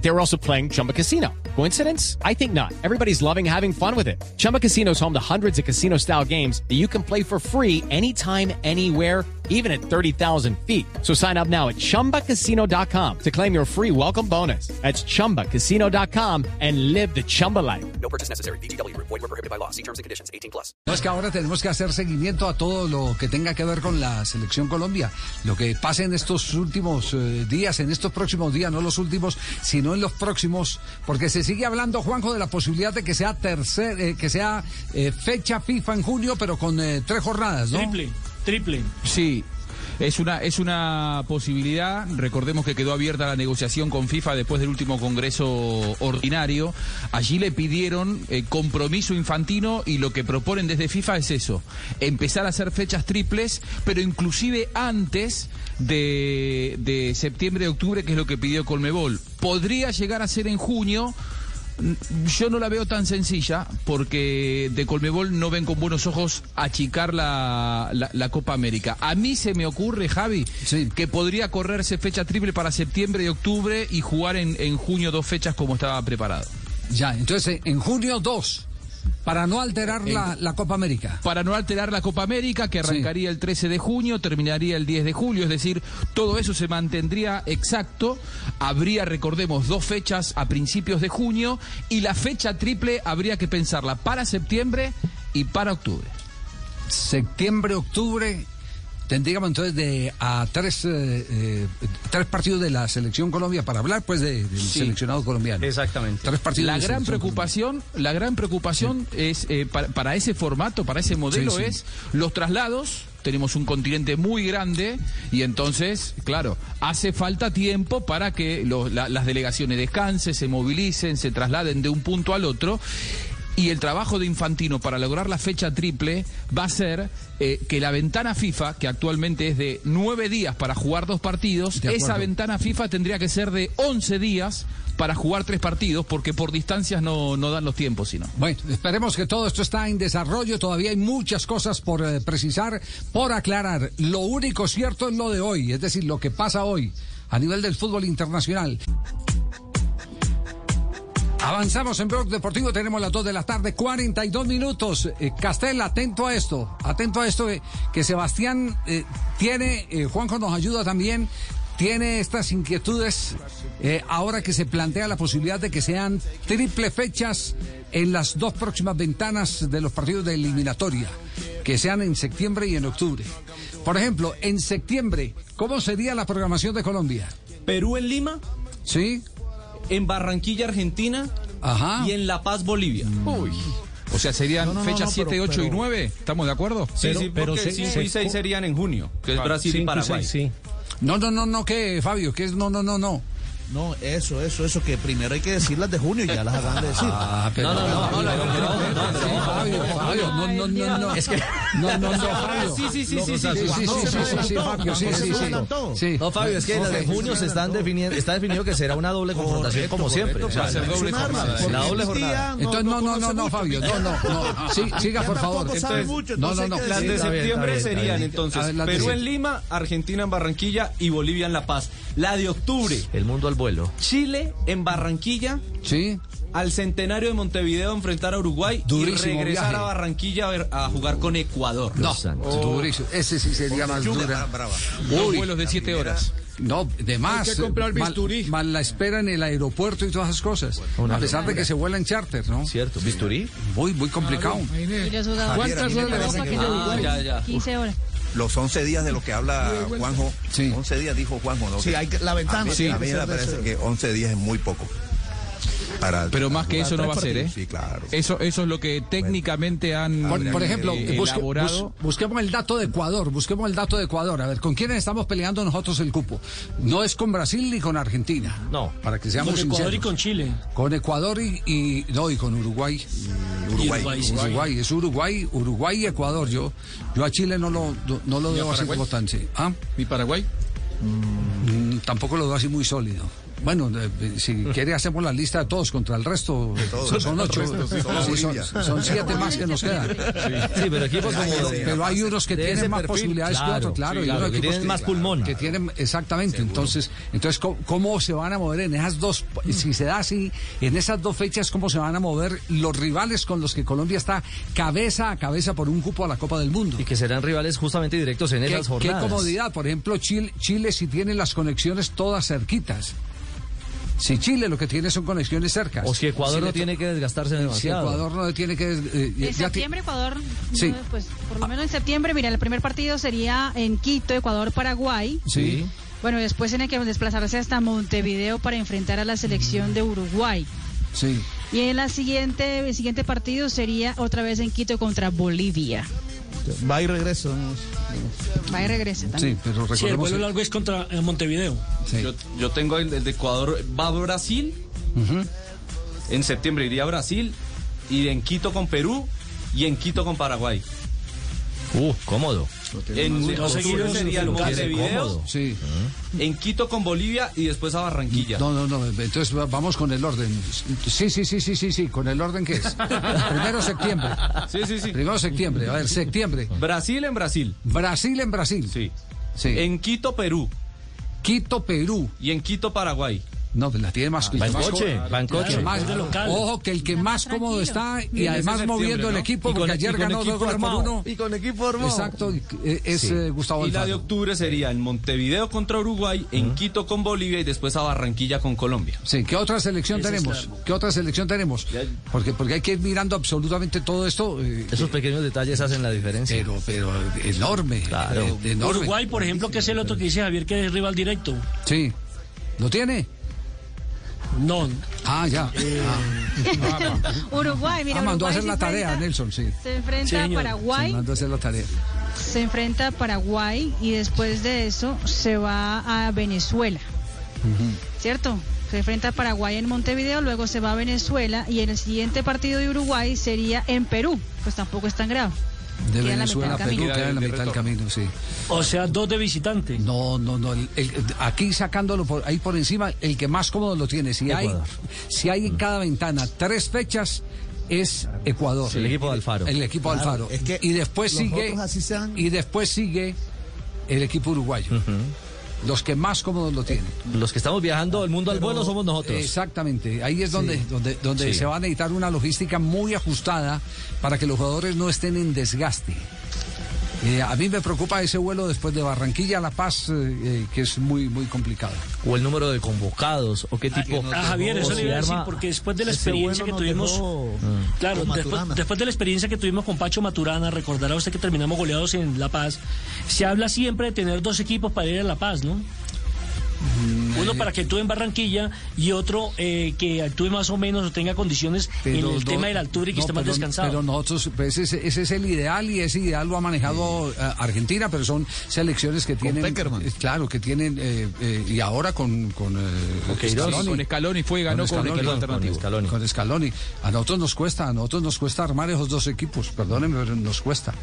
They were also playing Chumba Casino. Coincidence? I think not. Everybody's loving having fun with it. Chumba Casino is home to hundreds of casino style games that you can play for free anytime, anywhere even at 30,000 feet. So sign up now at ChumbaCasino.com to claim your free welcome bonus. That's ChumbaCasino.com and live the Chumba life. No purchase necessary. BGW. Void were prohibited by law. See terms and conditions. 18 plus. No, es que ahora tenemos que hacer seguimiento a todo lo que tenga que ver con la selección Colombia. Lo que pase en estos últimos eh, días, en estos próximos días, no los últimos, sino en los próximos, porque se sigue hablando, Juanjo, de la posibilidad de que sea tercer, eh, que sea eh, fecha FIFA en junio, pero con eh, tres jornadas, ¿no? Triple, triple. Sí. Es una, es una posibilidad, recordemos que quedó abierta la negociación con FIFA después del último Congreso Ordinario. Allí le pidieron eh, compromiso infantino y lo que proponen desde FIFA es eso, empezar a hacer fechas triples, pero inclusive antes de, de septiembre-octubre, que es lo que pidió Colmebol. Podría llegar a ser en junio, yo no la veo tan sencilla porque de Colmebol no ven con buenos ojos achicar la, la- la Copa América. A mí se me ocurre, Javi, Sí. que podría correrse fecha triple para septiembre y octubre y jugar en, en junio dos fechas como estaba preparado. Ya, entonces eh, en junio 2, para no alterar la, la Copa América. Para no alterar la Copa América, que arrancaría el 13 de junio, terminaría el 10 de julio, es decir, todo eso se mantendría exacto. Habría, recordemos, dos fechas a principios de junio y la fecha triple habría que pensarla para septiembre y para octubre. Septiembre, octubre. Tendríamos entonces de a tres, eh, eh, tres partidos de la selección Colombia para hablar, pues, de- del seleccionado colombiano. Exactamente. Tres partidos. La de selección gran Colombia. preocupación, la gran preocupación es eh, para, para ese formato, para ese modelo Sí, sí. es los traslados. Tenemos un continente muy grande y entonces, claro, hace falta tiempo para que lo- la- las delegaciones descansen, se movilicen, se trasladen de un punto al otro. Y el trabajo de Infantino para lograr la fecha triple va a ser eh, que la ventana FIFA, que actualmente es de nueve días para jugar dos partidos, De esa acuerdo. ventana ventana FIFA tendría que ser de 11 días para jugar tres partidos, porque por distancias no, no dan los tiempos, sino. Bueno, esperemos que todo esto está en desarrollo. Todavía hay muchas cosas por eh, precisar, por aclarar. Lo único cierto es lo de hoy, es decir, lo que pasa hoy a nivel del fútbol internacional. Avanzamos en Blog Deportivo, tenemos las 2 de la tarde, 42 minutos. Eh, Castel, atento a esto, atento a esto eh, que Sebastián eh, tiene, eh, Juanjo nos ayuda también, tiene estas inquietudes eh, ahora que se plantea la posibilidad de que sean triple fechas en las dos próximas ventanas de los partidos de eliminatoria, que sean en septiembre y en octubre. Por ejemplo, en septiembre, ¿cómo sería la programación de Colombia? Perú en Lima, ¿Sí? en Barranquilla, Argentina Ajá. y en La Paz, Bolivia. O sea, serían no, fechas no, 7, pero- 8 y pero- 9. ¿Estamos de acuerdo? Sí, Pero- sí, pero porque se- 5 se- y 6 serían en junio, que es Brasil y Cinco y Paraguay. seis, sí. No, no, no, no, que Fabio, que es no, no, no, no. No, eso, eso, eso, que primero hay que decir las de junio y ya las acaban de decir. No, no, Ah, no, no, no, no, no, no. Fabio, Fabio, no, no, no, no. Es que... No, no, no, Fabio. Ah, Sí, sí, sí, sí, sí. Sí, sí, sí, sí, sí, sí, Fabio, sí, sí, sí. Sí. No, Fabio, es que las de junio se están definiendo, está definido que será una doble confrontación como siempre. O sea, Va a ser es doble un arma, jornada, porque sí. hoy La en doble día jornada. Entonces, no, no, no, no, Fabio, no, no, no. Sí, siga, por favor. tampoco sabe mucho, No, no, entonces no. hay que Las Sí, de está bien, septiembre está bien, está serían bien. A entonces ver, las de Perú en septiembre. Lima, Argentina en Barranquilla y Bolivia en La Paz. La de octubre, El mundo al vuelo. Chile en Barranquilla, Sí. al centenario de Montevideo enfrentar a Uruguay Durísimo y regresar viaje. a Barranquilla a ver- a jugar con Ecuador. No, santos. durísimo. Ese sí sería más dura. Dos vuelos de 7 horas. No, de más. eh, que comprar mal- bisturí. Mal, la espera en el aeropuerto y todas esas cosas. A pesar de que se vuela en charter, ¿no? ¿Cierto? ¿Bisturí? Muy, muy complicado. Y los jugadores ¿Cuántas tienen horas? ropa que Ah, duran ya, ya. 15 horas. los 11 días de los que habla Juanjo, Sí. 11 días dijo Juanjo, ¿no? Sí, hay que- la ventana A mí, sí, a mí debe me ser de parece eso. que 11 días es muy poco. Para, Pero más que eso no va a ser, ¿eh? Sí, claro. Eso, eso es lo que técnicamente han. Por, por ejemplo, eh, busque- elaborado. bus- busquemos el dato de Ecuador, busquemos el dato de Ecuador. A ver, ¿con quiénes estamos peleando nosotros el cupo? No es con Brasil ni con Argentina. No. Para que seamos Con Ecuador sinceros. y con Chile. Con Ecuador y, y- no y con Uruguay. Uruguay. Uruguay, sí. Uruguay, es Uruguay, Uruguay y Ecuador. Yo, yo a Chile no lo, no- no lo veo así Paraguay? como tan sí. ¿Ah? ¿Y Paraguay? Mm, Tampoco lo veo así muy sólido. Bueno, eh, si quiere hacemos la lista de todos contra el resto. todos, son, son ocho. el resto, sí, solo Sí, son, Bolivia. son siete más que nos quedan. Sí, pero equipos como. Pero hay unos que de ese tienen más perfil, posibilidades claro, que otros, claro. sí, y claro, otros que equipos tienen más pulmón. Que tienen, exactamente. Entonces, entonces ¿cómo, cómo se van a mover en esas dos? Mm. Si se da así, en esas dos fechas, ¿cómo se van a mover los rivales con los que Colombia está cabeza a cabeza por un cupo a la Copa del Mundo? Y que serán rivales justamente directos en ¿Qué, esas qué jornadas. comodidad? Por ejemplo, Chile, Chile si tiene las conexiones todas cerquitas. Si Chile lo que tiene son conexiones cercas. O si Ecuador Si no le to- tiene que desgastarse Si demasiado. Ecuador no tiene que... eh, ya En ti- septiembre Ecuador, Sí. Ah. no, pues por lo menos en septiembre, mira, el primer partido sería en Quito, Ecuador-Paraguay. Sí. Bueno, después tiene que desplazarse hasta Montevideo para enfrentar a la selección de Uruguay. Sí. Y en la siguiente, el siguiente partido sería otra vez en Quito contra Bolivia. Va y regreso. Va y regresa también. Sí, pero recordemos... Sí, el vuelo que- largo es contra eh, Montevideo. sí. Yo, yo tengo el, el de Ecuador, va a Brasil. En septiembre iría a Brasil. Y en Quito con Perú. Y en Quito con Paraguay. Uh, cómodo. En Dos octubre seguidos sería el en Montevideo. cómodo. Sí. En Quito con Bolivia y después a Barranquilla. No, no, no. Entonces va- vamos con el orden. Sí, sí, sí, sí, sí, sí. ¿Con el orden que es? Primero septiembre. Sí, sí, sí. Primero septiembre. A ver, septiembre. Brasil en Brasil. Brasil en Brasil. Sí. Sí. En Quito, Perú. Quito, Perú. Y en Quito, Paraguay. No, pues la tiene más... Va más en co- coche. Va en coche. Más- Es de local. Ojo que el que más cómodo está y ese además septiembre, moviendo el ¿no? equipo Y con- porque y ayer con ganó equipo dos goles por armado. uno. Y con equipo armado. Exacto, y- eh, es eh, Gustavo Y la de Alfaro. octubre sería en Montevideo contra Uruguay, en Quito con Bolivia y después a Barranquilla con Colombia. Sí, ¿qué otra selección tenemos? ¿Qué otra selección tenemos? Porque, porque hay que ir mirando absolutamente todo esto. eh, Esos pequeños detalles hacen la diferencia. pero, pero enorme. Claro. eh, enorme. Uruguay, por ejemplo, que es el otro que dice Javier que es rival directo. Sí. ¿Lo tiene? No, Ah, ya. Uruguay, mira, Ah, mandó a Uruguay hacer se la tarea, enfrenta- Nelson, sí. Se enfrenta Sí, a señor. Paraguay, Se mandó a hacer la tarea. se enfrenta a Paraguay y después de eso se va a Venezuela. ¿Cierto? Se enfrenta a Paraguay en Montevideo, luego se va a Venezuela y en el siguiente partido de Uruguay sería en Perú. Pues tampoco es tan grave. De Queda en la Venezuela a mitad del Perú, camino. queda en la De mitad del camino, sí. o sea, dos de visitante. No, no, no. el- el- aquí sacándolo por, ahí por encima, el que más cómodo lo tiene. Si hay, Ecuador. si hay en cada ventana tres fechas, es Ecuador. El equipo de Alfaro. El equipo Alfaro. es que y después los sigue. otros así sean- Y después sigue el equipo uruguayo. Los que más cómodos lo tienen. Los que estamos viajando el mundo al vuelo somos nosotros. Exactamente, ahí es donde, donde, donde se va a necesitar una logística muy ajustada para que los jugadores no estén en desgaste. Eh, a mí me preocupa ese vuelo después de Barranquilla a La Paz, eh, eh, que es muy, muy complicado. O el número de convocados. O qué tipo. A Javier, o eso le si iba a decir, arma- Mm. porque después de la Ese experiencia que vuelo tuvimos... nos dejó Claro, con después, Maturana. después de la experiencia que tuvimos con Pacho Maturana, recordará usted que terminamos goleados en La Paz. Se habla siempre de tener dos equipos para ir a La Paz, ¿no? Mm, eh. Uno para que actúe en Barranquilla y otro eh, que actúe más o menos o tenga condiciones en el no- tema de la altura y que no, esté más pero- descansado. Pero nosotros, pues, ese, ese es el ideal y ese ideal lo ha manejado eh, Argentina, pero son selecciones que tienen. Peckerman. eh, claro, que tienen. eh, eh, y ahora con. con eh, Scaloni. Con Scaloni fue y ganó con, Scaloni, equipo perdón, alternativo. con Scaloni. Con Scaloni. A nosotros nos cuesta, a nosotros nos cuesta armar esos dos equipos, perdónenme, pero nos cuesta.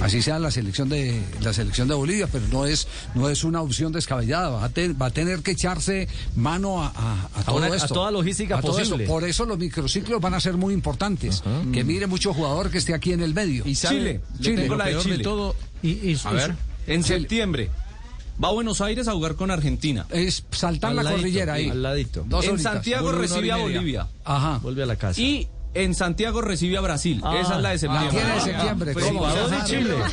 Así sea la selección de la selección de Bolivia, pero no es no es una opción descabellada, va a, te- va a tener que echarse mano a, a- a todo una- e- a esto. toda logística todo eso. posible. Por eso los microciclos van a ser muy importantes, que mire mucho jugador que esté aquí en el medio. Y sabe, Chile, le Chile. tengo Lo la de peor de Chile. todo- a ver. En septiembre va a Buenos Aires a jugar con Argentina. es saltar Al la ladito, cordillera ahí. al ladito. Dos en horitas. Santiago Vuelve una hora y recibe a media. Bolivia. Ajá. Vuelve a la casa. Y en Santiago recibe a Brasil. Ah, Esa es la La de septiembre. tiene de septiembre. Pues ¿cómo? Ecuador y Chile.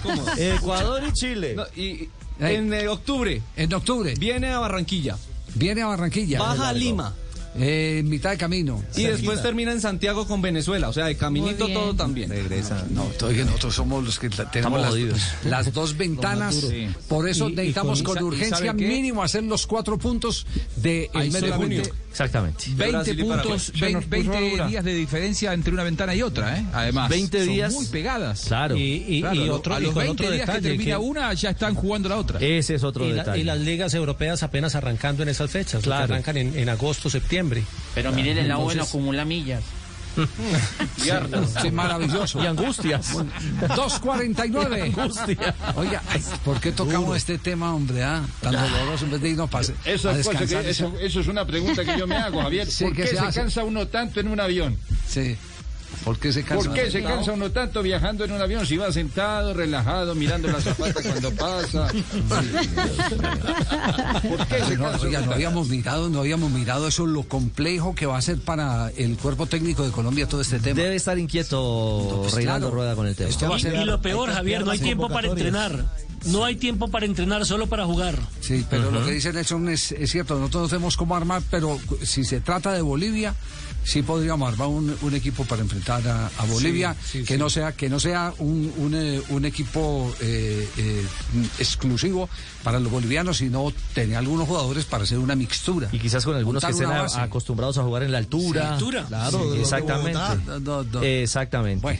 Ecuador y Chile. No, y en eh, octubre En octubre viene a Barranquilla, viene a Barranquilla. baja a Lima Eh, mitad de camino. y después termina en Santiago con Venezuela. O sea, de caminito Muy bien. todo también. No, todavía nosotros somos los que la- tenemos las, jodidos. las dos ventanas. Por eso Y- y necesitamos con- con, ¿y urgencia sabe qué? mínimo hacer los cuatro puntos de el Ahí mes de solamente- junio. Exactamente. 20 Brasil y Paraguay. puntos, Se nos 20, puso 20 dura. días de diferencia entre una ventana y otra, ¿eh? Además, 20 son días. muy pegadas. Claro. Y, y- Claro, y a lo- otro, a y los con 20 otro días que detalle. que- termina una, ya están jugando la otra. Ese es otro y, la- detalle. y las ligas europeas apenas arrancando en esas fechas, porque Claro. arrancan en, en agosto, septiembre. Pero miren el lado bueno, acumula millas. Viernes. Sí, maravilloso. Y angustias. 2.49. Angustia. Oiga, ay, ¿por qué tocamos este tema, hombre? ah? Tan doloroso en vez de irnos pase, a descansar. eso, eso es una pregunta que yo me hago, Javier. Sí, ¿Por que qué se se, hace. cansa uno tanto en un avión? Sí. ¿Por qué se cansa? ¿Por qué se cansa uno tanto viajando en un avión si va sentado, relajado, mirando la zapata cuando pasa? ¿Por qué se Ah, No, cansa oiga, uno no habíamos mirado, no habíamos mirado eso, lo complejo que va a ser para el cuerpo técnico de Colombia todo este tema. Debe estar inquieto Pues Reinaldo claro. Rueda con el tema. Esto va a Y, ser- y lo peor, Javier, no hay tiempo para entrenar. No hay tiempo para entrenar, solo para jugar. Sí, pero lo que dice Nelson es, es cierto, nosotros no tenemos cómo armar, pero cu- si se trata de Bolivia, sí podríamos armar un, un equipo para enfrentar a, a Bolivia, que no sea, que no sea un, un, eh, un equipo eh, eh, exclusivo para los bolivianos, sino tener algunos jugadores para hacer una mixtura. Y quizás con algunos que Montar estén una a- base. acostumbrados a jugar en la altura. altura. Claro, exactamente. No, no, no. Exactamente. Bueno,